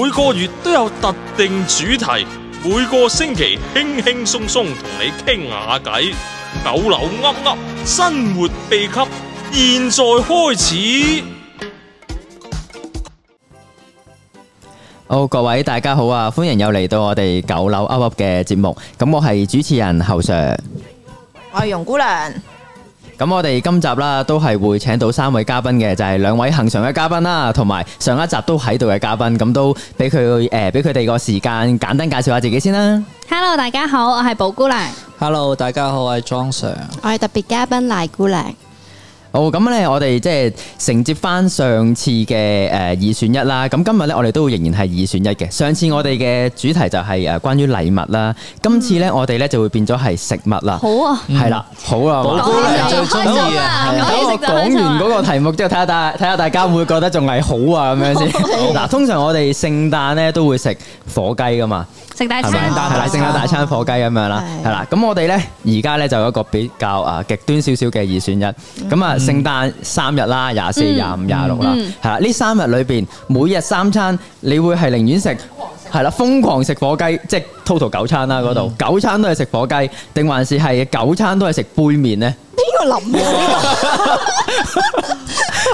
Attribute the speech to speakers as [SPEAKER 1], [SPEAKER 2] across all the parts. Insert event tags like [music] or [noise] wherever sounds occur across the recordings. [SPEAKER 1] 每個月都有特定主題，每個星期輕輕鬆鬆同你傾下偈，九樓噏噏生活秘笈，現在開始。
[SPEAKER 2] 好，各位大家好啊！歡迎又嚟到我哋九樓啊 Up Up 嘅節目，咁我係主持人侯 Sir。
[SPEAKER 3] 我係容姑娘，
[SPEAKER 2] 咁我哋今集啦，都係會請到三位嘉賓嘅，就係、兩位恒常嘅嘉賓啦，同埋上一集都喺度嘅嘉賓，咁都俾佢誒，俾佢哋個時間簡單介紹下自己先啦。
[SPEAKER 4] Hello，大家好，我係寶姑娘，
[SPEAKER 5] Hello，大家好，我係
[SPEAKER 2] 啊
[SPEAKER 5] 莊 Sir。
[SPEAKER 4] 我係特別嘉賓賴姑娘。
[SPEAKER 2] 好，咁咧我哋即係承接翻上次嘅誒二選一啦。咁今日咧我哋都會仍然係二選一嘅。上次我哋嘅主題就係呃誒關於禮物啦，今次咧我哋咧就會變咗係食物啦。
[SPEAKER 4] 好啊，
[SPEAKER 2] 係啦，好啊，
[SPEAKER 5] 寶姑娘最中意啊
[SPEAKER 4] 講起食就開心啊
[SPEAKER 2] 等我講完嗰個題目之後，睇下大睇下大家會唔會覺得仲係好啊咁樣先。嗱，通常我哋聖誕咧都會食火雞噶嘛，
[SPEAKER 4] 食大
[SPEAKER 2] 係
[SPEAKER 4] 餐
[SPEAKER 2] 咪？
[SPEAKER 3] 聖誕大
[SPEAKER 2] 係啦，聖
[SPEAKER 3] 餐
[SPEAKER 2] 誕大餐火雞咁樣啦，
[SPEAKER 3] 係
[SPEAKER 2] 係啦。咁我哋咧而家咧就有一個比較啊極端少少嘅二選一。咁啊，聖誕三日啦，廿四、廿五、廿六啦，係啦。呢三日裏邊，每日三餐，你會係寧願食係啦，瘋狂食火雞，即係 total 九餐啦嗰度，九餐都係食火雞，定還是係九餐都係食杯麵咧？
[SPEAKER 3] 邊個諗嘅
[SPEAKER 2] [laughs]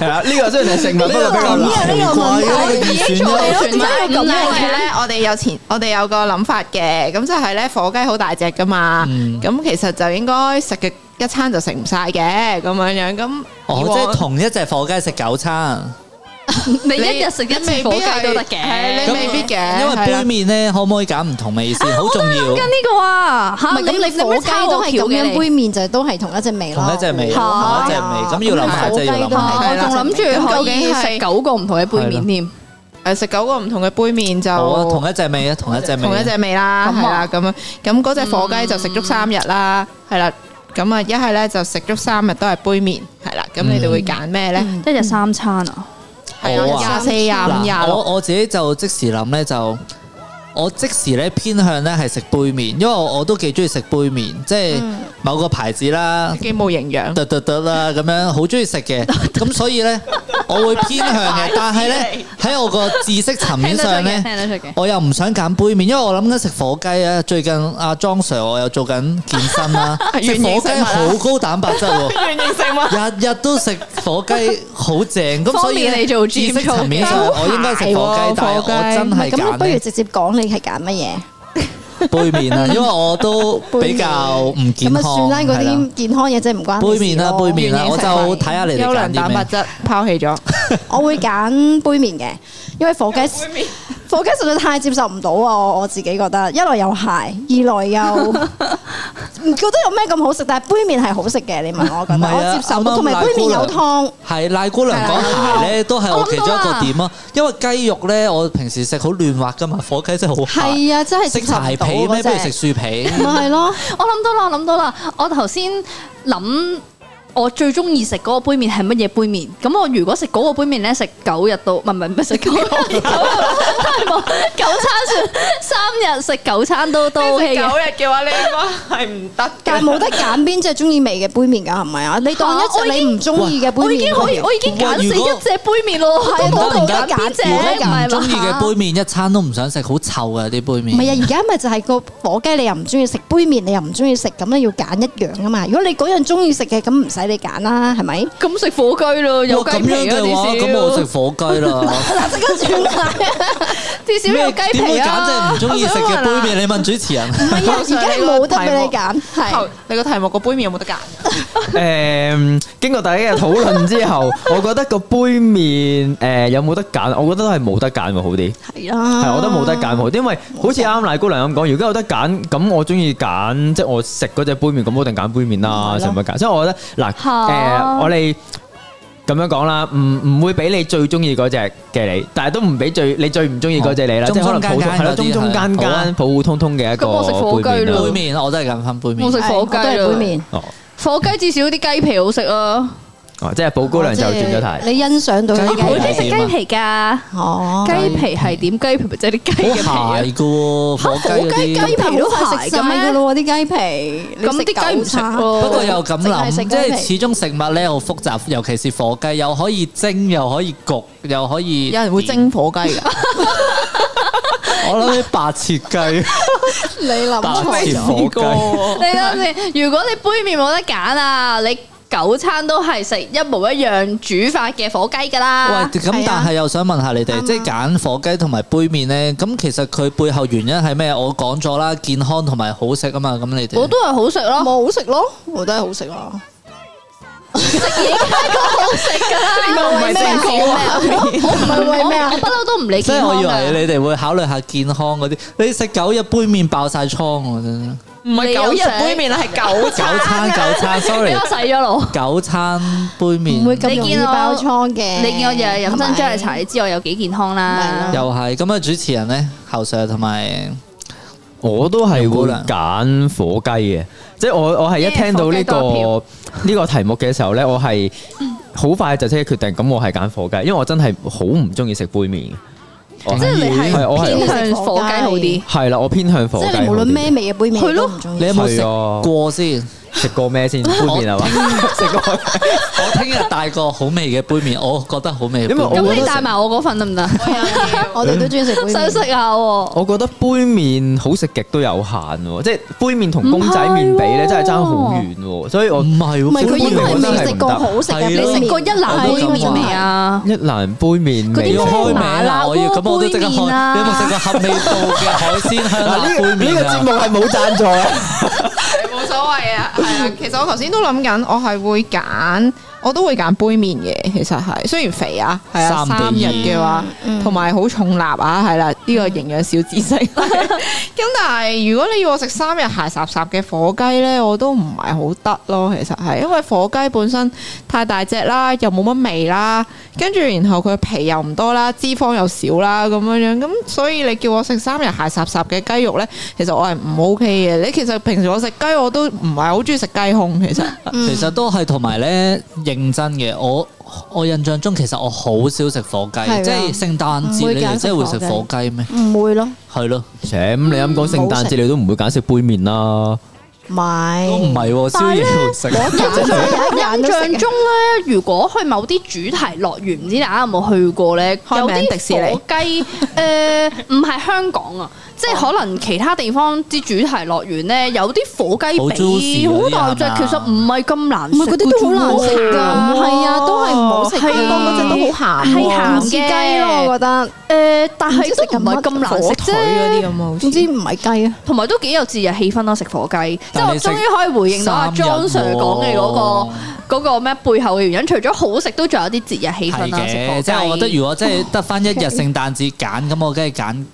[SPEAKER 2] 係啦，呢個雖然係食物，不過比較
[SPEAKER 3] 呢
[SPEAKER 2] 難。
[SPEAKER 3] 個呢個問題？係
[SPEAKER 5] 奇怪嘅呢個預算
[SPEAKER 3] 咯
[SPEAKER 5] 咧
[SPEAKER 3] 點解會咁
[SPEAKER 4] 唔
[SPEAKER 3] 咧？
[SPEAKER 4] 係
[SPEAKER 3] 因為咧，我哋有前，我哋有個諗法嘅，咁就係咧，火雞好大隻噶嘛，
[SPEAKER 5] 嗯
[SPEAKER 3] 咁其實就應該食嘅一餐就食唔晒嘅，咁樣樣咁。
[SPEAKER 5] 哦，即係同一隻火雞食九餐，
[SPEAKER 4] 你一日食一次火雞都得嘅。
[SPEAKER 3] 你未必嘅，
[SPEAKER 5] 因為
[SPEAKER 3] 係啦啊
[SPEAKER 5] 杯麵咧，可唔可以揀唔同味先？好重要
[SPEAKER 4] 跟。呢個啊，吓
[SPEAKER 6] 唔係咁，你火雞都係咁樣杯，麵，就係都係同一隻味咯。
[SPEAKER 5] 同
[SPEAKER 3] 哦
[SPEAKER 5] 一隻味，
[SPEAKER 6] 係
[SPEAKER 5] 同
[SPEAKER 6] 啊
[SPEAKER 5] 一隻味，咁要諗下，
[SPEAKER 6] 火
[SPEAKER 5] 真
[SPEAKER 6] 雞
[SPEAKER 5] 係要諗
[SPEAKER 6] 都
[SPEAKER 5] 下。啊
[SPEAKER 6] 係
[SPEAKER 3] 係啦
[SPEAKER 4] 我仲諗住可以食九個唔同嘅杯麵添。
[SPEAKER 3] 誒食九個唔同嘅杯麵就
[SPEAKER 5] 好啊，同一隻味啊，同一隻味。
[SPEAKER 3] 同一隻味啦，
[SPEAKER 4] 咁啊
[SPEAKER 3] 係啦咁樣，咁嗰只火雞就食足三日啦，係啦，咁啊一係咧就食足三日都係杯麵，係啦，咁你哋會揀咩咧？
[SPEAKER 4] 一日三餐啊，
[SPEAKER 3] 係啊，
[SPEAKER 5] 我
[SPEAKER 3] 廿
[SPEAKER 5] 啊
[SPEAKER 3] 四、廿五、廿
[SPEAKER 5] 嗱，
[SPEAKER 3] 六，
[SPEAKER 5] 我我自己就即時諗咧，就我即時咧偏向咧係食杯麵，因為我我都幾中意食杯麵，即係
[SPEAKER 3] 嗯
[SPEAKER 5] 某個牌子啦。
[SPEAKER 3] 幾冇營
[SPEAKER 4] [laughs]
[SPEAKER 3] 養。
[SPEAKER 5] 得得得啦，咁樣好中意食嘅，咁所以呢，我會偏向嘅。但係呢，喺我個知識層面
[SPEAKER 4] 聽得
[SPEAKER 5] 上
[SPEAKER 4] 出 [laughs]
[SPEAKER 5] 呢
[SPEAKER 4] 嘅，，聽得出嘅。
[SPEAKER 5] 我又唔想揀杯麵，因為我諗緊食火雞啊。最近阿莊 Sir 我又做緊健身啦，
[SPEAKER 3] 原
[SPEAKER 5] 食
[SPEAKER 3] 形食
[SPEAKER 5] 火
[SPEAKER 3] 物
[SPEAKER 5] 雞
[SPEAKER 3] 啦
[SPEAKER 5] 好高蛋白
[SPEAKER 3] [laughs]
[SPEAKER 5] 質喎。
[SPEAKER 3] 原形食物
[SPEAKER 5] 日日都食火雞，好正咁，所
[SPEAKER 4] 方
[SPEAKER 5] 以
[SPEAKER 4] 便
[SPEAKER 5] 呢
[SPEAKER 4] 你做
[SPEAKER 5] 知識
[SPEAKER 4] gym
[SPEAKER 5] 層面上，
[SPEAKER 4] 操嘅
[SPEAKER 5] 我應該食火雞
[SPEAKER 3] 係喎，
[SPEAKER 5] 但係
[SPEAKER 3] 火雞
[SPEAKER 5] 我真係
[SPEAKER 6] 咁你不
[SPEAKER 5] 揀
[SPEAKER 6] 如
[SPEAKER 5] 呢
[SPEAKER 6] 直接講你係揀乜嘢？
[SPEAKER 5] 杯麵啦，因為我都比較唔健
[SPEAKER 6] [laughs] 咁
[SPEAKER 5] 康。
[SPEAKER 6] 啊，算啦，嗰
[SPEAKER 5] 係啦
[SPEAKER 6] 啲健康嘢真係唔關
[SPEAKER 5] 杯
[SPEAKER 6] 你事
[SPEAKER 5] 麵啦，
[SPEAKER 6] 咯
[SPEAKER 5] 杯麵啦，
[SPEAKER 3] 原
[SPEAKER 5] 我
[SPEAKER 3] 形食物
[SPEAKER 5] 就睇下你哋
[SPEAKER 3] 優
[SPEAKER 5] 揀
[SPEAKER 3] 良
[SPEAKER 5] 啲
[SPEAKER 3] 蛋白
[SPEAKER 5] 咩。
[SPEAKER 3] 質拋棄咗，
[SPEAKER 6] 我會揀杯麵嘅，因為火 [laughs] 雞火雞實在太接受唔到啊！我我自己覺得，一來有鞋，二 [laughs] 來又唔覺得有咩咁好食，但係杯麵係好食嘅。你問我，我覺
[SPEAKER 5] 唔
[SPEAKER 6] 得
[SPEAKER 5] 係啊
[SPEAKER 6] 我接受
[SPEAKER 5] 啱啱
[SPEAKER 6] 到，同埋杯麵有湯。
[SPEAKER 5] 係賴姑娘講鞋咧，都係我其中一個點啊。因為雞肉咧，我平時食好亂滑噶嘛，火雞真係好
[SPEAKER 6] 係啊，真係
[SPEAKER 5] 食
[SPEAKER 6] 接受
[SPEAKER 5] 柴
[SPEAKER 6] 唔到
[SPEAKER 5] 皮咩？
[SPEAKER 6] 嗰
[SPEAKER 5] 不如食
[SPEAKER 6] 隻。
[SPEAKER 5] 樹皮。
[SPEAKER 6] 咪係咯，
[SPEAKER 4] 我諗到啦，我諗到啦，我頭先諗。我最中意食嗰個杯麵係乜嘢杯麵？咁我如果食嗰個杯麵咧，食九日都唔係唔係
[SPEAKER 5] [laughs]
[SPEAKER 4] 唔係食九日，九日都係冇九餐算三日食九餐都都 OK 嘅。
[SPEAKER 3] 日嘅話，你應該係唔得
[SPEAKER 6] 但係冇得揀邊隻中意味嘅杯麵㗎，係咪啊？你當一
[SPEAKER 4] 嚇我
[SPEAKER 6] 隻
[SPEAKER 4] 已經
[SPEAKER 6] 你唔中意嘅杯麵，
[SPEAKER 4] 我已經可以，我已經揀死一隻杯麵咯，
[SPEAKER 6] 喂如果
[SPEAKER 4] 都冇揀邊隻，
[SPEAKER 6] 如果
[SPEAKER 4] 唔係
[SPEAKER 5] 唔中意嘅杯麵一餐都唔想食，好臭啊！啲杯
[SPEAKER 6] 唔係
[SPEAKER 5] 麵。
[SPEAKER 6] [laughs] 啊，而家咪就係個火雞，你又唔中意食杯麵，你又唔中意食，咁你要揀一樣啊嘛。如果你嗰樣中意食嘅，咁唔使你揀啦，係
[SPEAKER 4] [laughs]
[SPEAKER 6] 咪？
[SPEAKER 4] 咁食火雞咯，有
[SPEAKER 5] 哇
[SPEAKER 4] 雞
[SPEAKER 5] 咁
[SPEAKER 4] 皮啊
[SPEAKER 5] 樣嘅話，
[SPEAKER 4] 至
[SPEAKER 5] 咁我食
[SPEAKER 4] 少，
[SPEAKER 5] 火雞啦。
[SPEAKER 6] 嗱，即刻轉啦！
[SPEAKER 4] [laughs] 至少有
[SPEAKER 5] 咩
[SPEAKER 4] 雞
[SPEAKER 5] 點會
[SPEAKER 4] 皮
[SPEAKER 5] 揀
[SPEAKER 4] 啊！
[SPEAKER 5] 隻唔中意食嘅杯
[SPEAKER 4] [laughs]
[SPEAKER 5] 麵？你問主持人。
[SPEAKER 6] 唔係啊，而家係冇得俾你揀，係
[SPEAKER 3] 頭你個題目個杯麵有冇得揀？
[SPEAKER 2] 誒，經過大家嘅討
[SPEAKER 4] [laughs]
[SPEAKER 2] 論之後，我覺得個杯麵誒有冇得揀？我覺得都係冇得揀喎，好啲。
[SPEAKER 6] 係
[SPEAKER 4] 啊
[SPEAKER 6] 啦。
[SPEAKER 2] 係，我覺得冇得揀好啲，因為好似啱賴姑娘咁講，如果有得揀，咁我中意揀，即係我食嗰只杯麵，咁我一定揀杯麵啦，
[SPEAKER 6] 係咯
[SPEAKER 2] 使乜揀？即係我覺得嗱，誒、
[SPEAKER 4] 嚇
[SPEAKER 2] 我哋。咁樣講啦，唔唔會俾你最中意嗰只嘅你，但係都唔俾最你最唔中意嗰只你啦，
[SPEAKER 5] 哦
[SPEAKER 2] 即係可能普通係
[SPEAKER 5] 中中間間嗰
[SPEAKER 2] 咯，
[SPEAKER 5] 啲
[SPEAKER 2] 中中間
[SPEAKER 5] 係好
[SPEAKER 2] 間
[SPEAKER 5] 啊
[SPEAKER 2] 普普通通嘅一個
[SPEAKER 4] 咁我食火
[SPEAKER 2] 杯麵
[SPEAKER 4] 雞
[SPEAKER 5] 杯
[SPEAKER 4] 咯
[SPEAKER 2] 咯。
[SPEAKER 5] 麵我都係揀翻杯
[SPEAKER 4] 我
[SPEAKER 5] 麵
[SPEAKER 4] 食。火
[SPEAKER 6] 係我都係杯
[SPEAKER 4] 雞
[SPEAKER 6] 麵
[SPEAKER 4] 咯，
[SPEAKER 2] 哦，
[SPEAKER 4] 火雞至少啲雞皮好食啊！
[SPEAKER 2] 哦即係寶姑娘就轉咗
[SPEAKER 6] 即係
[SPEAKER 2] 題，
[SPEAKER 6] 你欣賞到
[SPEAKER 5] 雞
[SPEAKER 6] 佢
[SPEAKER 5] 皮啊
[SPEAKER 4] 我
[SPEAKER 6] 嘅
[SPEAKER 4] 中意食雞皮㗎，
[SPEAKER 6] 哦，
[SPEAKER 4] 雞皮係點？雞皮咪即係啲雞嘅皮
[SPEAKER 5] 好
[SPEAKER 4] 啊
[SPEAKER 5] 鞋嘅喎，火雞嗰
[SPEAKER 4] 雞
[SPEAKER 5] 啲
[SPEAKER 4] 雞。皮都
[SPEAKER 6] 快食晒
[SPEAKER 4] 鞋嘅咩
[SPEAKER 6] 㗎咯喎，啲雞皮你
[SPEAKER 4] 咁
[SPEAKER 6] 食
[SPEAKER 4] 啲雞唔
[SPEAKER 6] 九
[SPEAKER 4] 食
[SPEAKER 6] 餐
[SPEAKER 4] 喎。
[SPEAKER 5] 不過又咁
[SPEAKER 6] 淨係
[SPEAKER 5] 諗，即
[SPEAKER 6] 食雞皮
[SPEAKER 5] 係始終食物咧好複雜，尤其是火雞，又可以蒸，又可以焗，又可以
[SPEAKER 3] 有人會蒸火雞㗎，
[SPEAKER 2] 啲白切雞、
[SPEAKER 6] 你諗
[SPEAKER 2] 白
[SPEAKER 6] 錯
[SPEAKER 2] 切
[SPEAKER 6] 咗，
[SPEAKER 2] 火雞。
[SPEAKER 4] 你諗先，如果你杯麵冇得揀啊，你九餐都係食一模一樣煮法嘅火雞㗎啦。
[SPEAKER 5] 喂，咁
[SPEAKER 3] 係啊
[SPEAKER 5] 但係又想問下你哋，即係揀火雞同埋杯麵咧，咁其實佢背後原因係咩？我講咗啦，健康同埋好食啊嘛，咁你哋
[SPEAKER 4] 我都係好食咯，
[SPEAKER 6] 冇好食咯，我都係好食
[SPEAKER 4] [laughs]
[SPEAKER 6] 咯。
[SPEAKER 3] 唔係正確啊！
[SPEAKER 4] 我唔
[SPEAKER 6] 係為 [laughs] 咩啊
[SPEAKER 4] 我不嬲都唔理
[SPEAKER 5] 即
[SPEAKER 4] 健
[SPEAKER 5] 係我
[SPEAKER 4] 康
[SPEAKER 5] 以
[SPEAKER 4] 㗎。
[SPEAKER 5] 為你哋會考慮下健康嗰啲，你食九日杯麵爆晒倉喎真係，
[SPEAKER 3] 唔係九日杯面啊， [laughs] 係九
[SPEAKER 5] 九餐九餐
[SPEAKER 4] 俾 [laughs]
[SPEAKER 5] ，sorry，
[SPEAKER 4] 我洗咗腦。
[SPEAKER 5] 九餐杯
[SPEAKER 6] 唔會
[SPEAKER 5] 麵。
[SPEAKER 6] 咁容易爆瘡嘅。
[SPEAKER 4] 你見我日日飲珍珠奶
[SPEAKER 6] 係
[SPEAKER 4] 茶，
[SPEAKER 6] 咪
[SPEAKER 4] 你知我有幾健康啦
[SPEAKER 6] 咪。
[SPEAKER 5] 又係咁啊！主持人咧，後 Sir 同埋
[SPEAKER 2] 我都係
[SPEAKER 5] 有冇
[SPEAKER 2] 會
[SPEAKER 5] 啦
[SPEAKER 2] 揀火雞嘅，即係我我係一聽到呢、
[SPEAKER 4] 因為
[SPEAKER 2] 個呢個題目嘅時候咧，我係好快就即刻決定，咁我係揀火雞，因為我真係好唔中意食杯麵嘅。我
[SPEAKER 4] 即係你
[SPEAKER 2] 係我係
[SPEAKER 4] 係偏向火雞好啲。
[SPEAKER 2] 係啦，我偏向火
[SPEAKER 6] 即
[SPEAKER 2] 雞好啲。
[SPEAKER 6] 係你無論咩味嘅杯麵，
[SPEAKER 4] 係
[SPEAKER 6] 你
[SPEAKER 4] 咯
[SPEAKER 6] 都唔中
[SPEAKER 5] 你
[SPEAKER 6] 意
[SPEAKER 5] 有。冇食
[SPEAKER 2] 係啊
[SPEAKER 5] 過先？
[SPEAKER 2] 食過咩
[SPEAKER 6] [laughs]
[SPEAKER 2] 先杯麵 [laughs] 係嘛？食過，
[SPEAKER 5] 我聽日帶個好味嘅杯麵，我覺得好味嘅杯
[SPEAKER 2] 因為
[SPEAKER 5] 麵。
[SPEAKER 2] 我
[SPEAKER 4] 咁
[SPEAKER 2] 覺
[SPEAKER 4] 你
[SPEAKER 2] 得
[SPEAKER 4] 帶埋我嗰份得唔得？
[SPEAKER 6] 我哋都中意食杯
[SPEAKER 4] 想
[SPEAKER 6] 麵
[SPEAKER 4] 食。下喎。
[SPEAKER 2] 我覺得杯麵好食極都有限喎，即係杯麵同公仔麵比咧，
[SPEAKER 4] 唔係喎
[SPEAKER 2] 真係爭好遠喎。所以我
[SPEAKER 5] 唔係喎，
[SPEAKER 6] 唔係佢
[SPEAKER 5] 杯
[SPEAKER 6] 應該
[SPEAKER 5] 麵
[SPEAKER 2] 我
[SPEAKER 5] 真
[SPEAKER 2] 覺得係唔
[SPEAKER 6] 係未食過好食嘅
[SPEAKER 5] 係
[SPEAKER 6] 杯
[SPEAKER 5] 咯
[SPEAKER 6] 麵。
[SPEAKER 4] 你食過一蘭杯麵未啊？
[SPEAKER 2] 一蘭杯麵
[SPEAKER 4] 嗰
[SPEAKER 2] 味
[SPEAKER 4] 啲
[SPEAKER 5] 要
[SPEAKER 4] 咩
[SPEAKER 5] 開名
[SPEAKER 4] 麻
[SPEAKER 5] 啦！
[SPEAKER 4] 辣
[SPEAKER 5] 我要咁，我都即刻開。你
[SPEAKER 4] 鍋
[SPEAKER 5] 有
[SPEAKER 4] 杯麵啊
[SPEAKER 5] 冇食過合味道嘅海鮮香辣杯
[SPEAKER 2] 嗱呢呢
[SPEAKER 5] 麵
[SPEAKER 2] 個節
[SPEAKER 5] 啊
[SPEAKER 2] 目？係冇贊助啊！
[SPEAKER 3] 冇所謂啊，係啊。其實我頭先都諗緊，我係會揀，我都會揀杯麵嘅。其實係雖然肥啊，係啊，
[SPEAKER 5] 三
[SPEAKER 3] 三
[SPEAKER 5] 比
[SPEAKER 3] 日
[SPEAKER 5] 二
[SPEAKER 3] 嘅話，同埋好重辣啊，係啦，呢個
[SPEAKER 4] [laughs]
[SPEAKER 3] 營養小知識。咁但係如果你要我食三日鞋霎霎嘅火雞呢，我都唔係好得咯。其實係因為火雞本身太大隻啦，又冇乜味啦，跟住然後佢皮又唔多啦，脂肪又少啦，咁樣樣咁，所以你叫我食三日鞋霎霎嘅雞肉呢，其實我係唔 OK 嘅。你其實平時我食雞我都唔係好中意食雞胸，其實
[SPEAKER 2] 嗯
[SPEAKER 5] 其實都係同埋咧認真嘅，我我印象中其實我好少食火雞
[SPEAKER 6] 係啊，
[SPEAKER 5] 即係聖誕
[SPEAKER 6] 唔
[SPEAKER 5] 節
[SPEAKER 6] 會
[SPEAKER 5] 你
[SPEAKER 6] 揀
[SPEAKER 5] 哋
[SPEAKER 6] 食
[SPEAKER 5] 真係會食火
[SPEAKER 6] 火
[SPEAKER 5] 雞咩？
[SPEAKER 6] 唔會咯，
[SPEAKER 5] 係咯，
[SPEAKER 2] 咁你咁講聖誕節你都唔會揀食杯麵啦，
[SPEAKER 6] 買
[SPEAKER 2] 哦
[SPEAKER 5] 都唔係喎，宵夜會食。
[SPEAKER 2] 啊
[SPEAKER 4] 印象中咧，如果去某啲主題樂園，唔知大家有冇去過咧？
[SPEAKER 3] 開
[SPEAKER 4] 有
[SPEAKER 3] 名迪士
[SPEAKER 4] 啲
[SPEAKER 3] 尼
[SPEAKER 4] 火雞，誒唔係香港啊，即係可能其他地方啲主題樂園咧，有啲
[SPEAKER 5] 好
[SPEAKER 4] 火雞
[SPEAKER 5] juicy
[SPEAKER 4] 髀
[SPEAKER 5] 嗰啲
[SPEAKER 4] 好大
[SPEAKER 5] 係
[SPEAKER 4] 隻，
[SPEAKER 5] 嘛
[SPEAKER 4] 其實唔係咁難食
[SPEAKER 6] 唔係嗰啲都好難食㗎，
[SPEAKER 4] 係
[SPEAKER 6] 係啊，
[SPEAKER 4] 啊，
[SPEAKER 6] 都
[SPEAKER 4] 都
[SPEAKER 6] 係
[SPEAKER 4] 係
[SPEAKER 6] 唔好食。
[SPEAKER 4] 係啊
[SPEAKER 6] 香港嗰隻都好鹹喎，
[SPEAKER 4] 係鹹嘅
[SPEAKER 6] 唔似雞咯，我覺得。
[SPEAKER 4] 誒，但
[SPEAKER 6] 唔知
[SPEAKER 4] 係
[SPEAKER 6] 食
[SPEAKER 4] 都唔係
[SPEAKER 6] 緊乜
[SPEAKER 4] 咁難食
[SPEAKER 3] 火腿嗰
[SPEAKER 4] 啫
[SPEAKER 3] 啲。咁啊好似
[SPEAKER 6] 總之唔係雞啊，
[SPEAKER 4] 同埋都幾有節日氣氛咯，食火雞，即係
[SPEAKER 5] 但
[SPEAKER 4] 我
[SPEAKER 5] 你食
[SPEAKER 4] 終於可以回應到阿
[SPEAKER 5] 三日
[SPEAKER 4] John Sir 講嘅嗰個嗰個咩背後嘅原因，除咗好食，都仲有啲節日氣
[SPEAKER 5] 係
[SPEAKER 4] 氛啦。啊食火
[SPEAKER 5] 嘅，
[SPEAKER 4] 雞
[SPEAKER 5] 即係我覺得如果即係得翻一日聖誕節揀，咁我梗係揀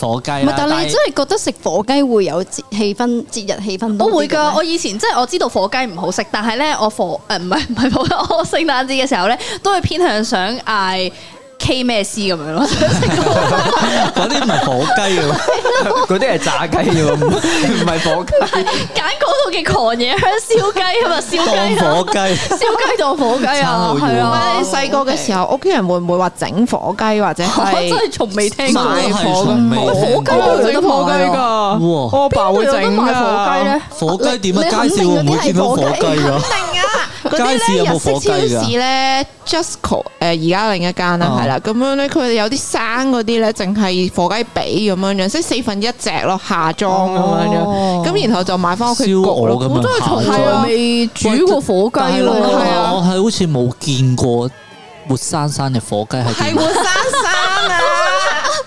[SPEAKER 5] 火雞
[SPEAKER 6] 唔係
[SPEAKER 5] 啦。
[SPEAKER 6] 但係你真係覺得食火雞會有節氣氛、節日氣氛多啲嘅咩？
[SPEAKER 4] 我會㗎，我以前即係我知道火雞唔好食，但係咧我火誒唔係唔係火雞，我聖誕節嘅時候咧都會偏向想嗌 K 咩 C 咁樣咯， [laughs] 想食個
[SPEAKER 5] 嗰啲唔係火雞喎。
[SPEAKER 2] [laughs] 嗰啲係炸雞喎，唔唔係火雞。
[SPEAKER 4] 揀嗰度嘅狂野香燒雞啊嘛，燒雞
[SPEAKER 5] 當
[SPEAKER 4] 啦，
[SPEAKER 5] 火雞。
[SPEAKER 4] 燒雞當火雞
[SPEAKER 5] 差好
[SPEAKER 4] 啊，
[SPEAKER 5] 遠
[SPEAKER 4] 係啊
[SPEAKER 3] 你，細個嘅時候，屋企人會唔會話整火雞 [laughs] 或者
[SPEAKER 4] 我
[SPEAKER 3] 係哦
[SPEAKER 4] 真係啊從未聽過。
[SPEAKER 3] 買
[SPEAKER 5] 係
[SPEAKER 3] 火
[SPEAKER 5] 從
[SPEAKER 3] 咁
[SPEAKER 5] 未
[SPEAKER 3] 冇
[SPEAKER 5] 聽過
[SPEAKER 3] 火雞都有得火雞㗎，
[SPEAKER 5] 哇
[SPEAKER 3] 我阿爸會
[SPEAKER 4] 邊度有得
[SPEAKER 3] 整㗎
[SPEAKER 4] 賣火雞咧？？
[SPEAKER 5] 火雞點啊？
[SPEAKER 6] 你
[SPEAKER 5] 街
[SPEAKER 6] 肯定
[SPEAKER 5] 市會唔會見到火
[SPEAKER 6] 嗰啲係
[SPEAKER 5] 雞㗎？
[SPEAKER 3] 定啊！嗰
[SPEAKER 5] 街市
[SPEAKER 3] 啲
[SPEAKER 5] 有
[SPEAKER 3] 咧
[SPEAKER 5] 冇
[SPEAKER 3] 日式
[SPEAKER 5] 火雞㗎
[SPEAKER 3] 超市咧，Justco 誒而家另一間啦
[SPEAKER 5] 哦，
[SPEAKER 3] 係啦，咁樣咧佢哋有啲生嗰啲咧，淨係火雞髀咁樣樣，即係四分一隻咯，下裝咁樣
[SPEAKER 5] 哦
[SPEAKER 3] 樣，咁然後就買翻屋企
[SPEAKER 5] 燒
[SPEAKER 3] 焗咯
[SPEAKER 5] 鵝咁。樣
[SPEAKER 3] 我真係從
[SPEAKER 5] 下
[SPEAKER 3] 來
[SPEAKER 5] 裝
[SPEAKER 3] 未
[SPEAKER 4] 未煮過火
[SPEAKER 5] 但
[SPEAKER 4] 雞
[SPEAKER 5] 係
[SPEAKER 4] 咯，
[SPEAKER 3] 係啊
[SPEAKER 5] 我係好似冇見過活生生嘅火雞係
[SPEAKER 3] 係
[SPEAKER 5] 點啊
[SPEAKER 3] 活生生啊！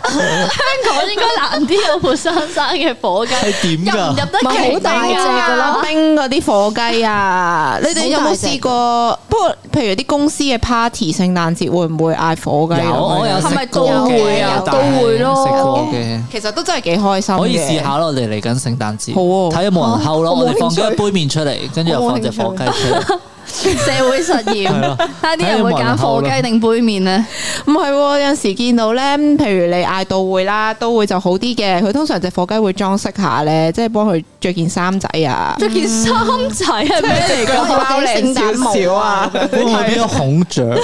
[SPEAKER 4] 香港應該難啲有活生生嘅火雞，
[SPEAKER 5] 係點
[SPEAKER 4] 入唔入
[SPEAKER 5] 㗎？
[SPEAKER 4] 得啊
[SPEAKER 6] 咪好
[SPEAKER 4] 劇
[SPEAKER 6] 大隻㗎啦
[SPEAKER 3] 冰嗰啲火雞啊！你哋有冇試過？不過譬如啲公司嘅 party，聖誕節會唔會嗌火雞？
[SPEAKER 5] 有我有
[SPEAKER 4] 係
[SPEAKER 5] 食
[SPEAKER 4] 咪
[SPEAKER 5] 過
[SPEAKER 4] 都會
[SPEAKER 5] 嘅
[SPEAKER 4] 啊，
[SPEAKER 5] 但係
[SPEAKER 4] 都會咯
[SPEAKER 5] 食過嘅。
[SPEAKER 3] 其實都真係幾開心嘅
[SPEAKER 5] 可以試下咯，我哋嚟緊聖誕節，
[SPEAKER 3] 好啊喎
[SPEAKER 5] 睇有冇人睺咯。
[SPEAKER 6] 我冇
[SPEAKER 5] 我
[SPEAKER 3] 啊
[SPEAKER 5] 哋放幾
[SPEAKER 6] 興
[SPEAKER 5] 個
[SPEAKER 6] 趣
[SPEAKER 5] 杯麵出嚟，跟住又
[SPEAKER 6] 我
[SPEAKER 5] 放隻
[SPEAKER 6] 冇興趣
[SPEAKER 5] 火雞出嚟。
[SPEAKER 4] 社會實驗，睇下啲人會揀火雞定杯麵咧。
[SPEAKER 3] 唔係喎，有陣時見到咧，譬如你嗌到會啦，都會就好啲嘅。佢通常隻火雞會裝飾下咧，即係幫佢着件衫仔啊，
[SPEAKER 4] 着件衫仔係咩嚟
[SPEAKER 6] 係
[SPEAKER 4] 㗎？
[SPEAKER 6] 有啲聖誕帽啊，
[SPEAKER 5] 會唔會變咗孔雀啊？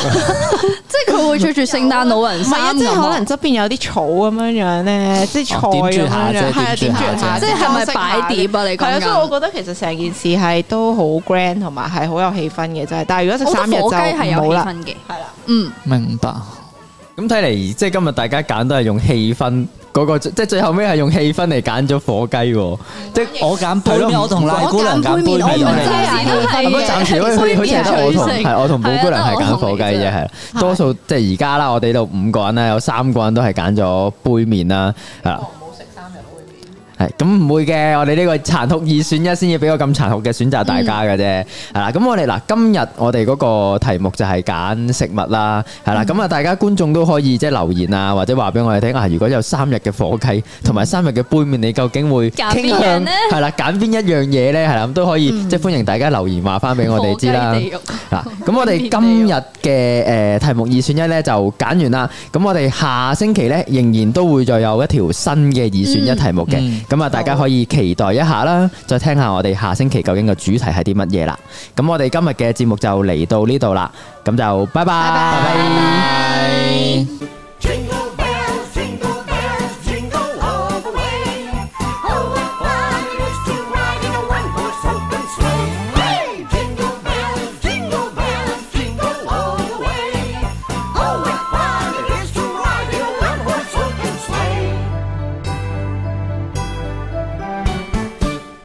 [SPEAKER 4] 即係佢會着住聖誕老人
[SPEAKER 3] 唔係啊，
[SPEAKER 4] 衫
[SPEAKER 3] 即係
[SPEAKER 4] 咁
[SPEAKER 3] 可
[SPEAKER 4] 啊
[SPEAKER 3] 能。側邊有啲草咁樣樣咧，即係菜
[SPEAKER 5] 哦
[SPEAKER 3] 咁
[SPEAKER 5] 點綴
[SPEAKER 3] 樣
[SPEAKER 5] 下
[SPEAKER 3] 樣，
[SPEAKER 5] 啫
[SPEAKER 3] 係啊，
[SPEAKER 5] 點
[SPEAKER 3] 點
[SPEAKER 5] 綴下
[SPEAKER 3] 綴下，
[SPEAKER 5] 啫
[SPEAKER 4] 即係係
[SPEAKER 3] 裝
[SPEAKER 4] 咪
[SPEAKER 3] 飾下
[SPEAKER 4] 擺碟啊你講緊
[SPEAKER 3] 係啊，所以我覺得其實成件事係都好 grand 同埋係好有氣氛嘅，真係。但係如果
[SPEAKER 4] 我
[SPEAKER 3] 食
[SPEAKER 4] 覺
[SPEAKER 3] 三日
[SPEAKER 4] 得
[SPEAKER 3] 就
[SPEAKER 4] 火雞係有
[SPEAKER 3] 冇
[SPEAKER 4] 氣
[SPEAKER 3] 啦。
[SPEAKER 4] 氛嘅，
[SPEAKER 3] 係啦，
[SPEAKER 4] 嗯，
[SPEAKER 5] [laughs] 明白。
[SPEAKER 2] 咁睇嚟，即係今日大家揀都係用氣氛嗰個即係最後尾係用氣氛嚟揀咗火雞喎，即係
[SPEAKER 5] 我揀杯麵，我同賴姑娘揀杯
[SPEAKER 6] 我揀杯麵我唔
[SPEAKER 5] 麵
[SPEAKER 6] 知。啊
[SPEAKER 2] 咁
[SPEAKER 4] 係
[SPEAKER 2] 啊，暫時好似好似係得我同係我同寶姑娘係揀火雞啫，係啦。多數即係而家啦，我哋呢度五個人咧，有三個人都係揀咗杯麵啦，係啦。係咁唔會嘅，我哋呢個殘酷二選一先至俾個咁殘酷嘅選擇大家嘅啫，係啦。咁我哋嗱今日我哋嗰個題目就係揀食物啦，係啦。咁啊，大家觀眾都可以即係留言啊，或者話俾我哋聽啊，如果有三日嘅火雞同埋三日嘅杯麵，你究竟會
[SPEAKER 4] 揀
[SPEAKER 2] 傾
[SPEAKER 4] 邊樣
[SPEAKER 2] 向
[SPEAKER 4] 呢
[SPEAKER 5] [laughs]
[SPEAKER 2] 係啦揀邊一樣嘢咧？係啦，咁都可以即係歡迎大家留言話翻俾我哋知啦。嗱，咁我哋今日嘅誒題目二選一咧就揀完啦。咁我哋下星期咧仍然都會再有一條新嘅二選一題目嘅
[SPEAKER 5] 嗯。
[SPEAKER 2] 咁啊，大家可以期待一下啦，再聽下我哋下星期究竟個主題係啲乜嘢啦。咁我哋今日嘅節目就嚟到呢度啦，咁就拜拜。
[SPEAKER 5] 拜拜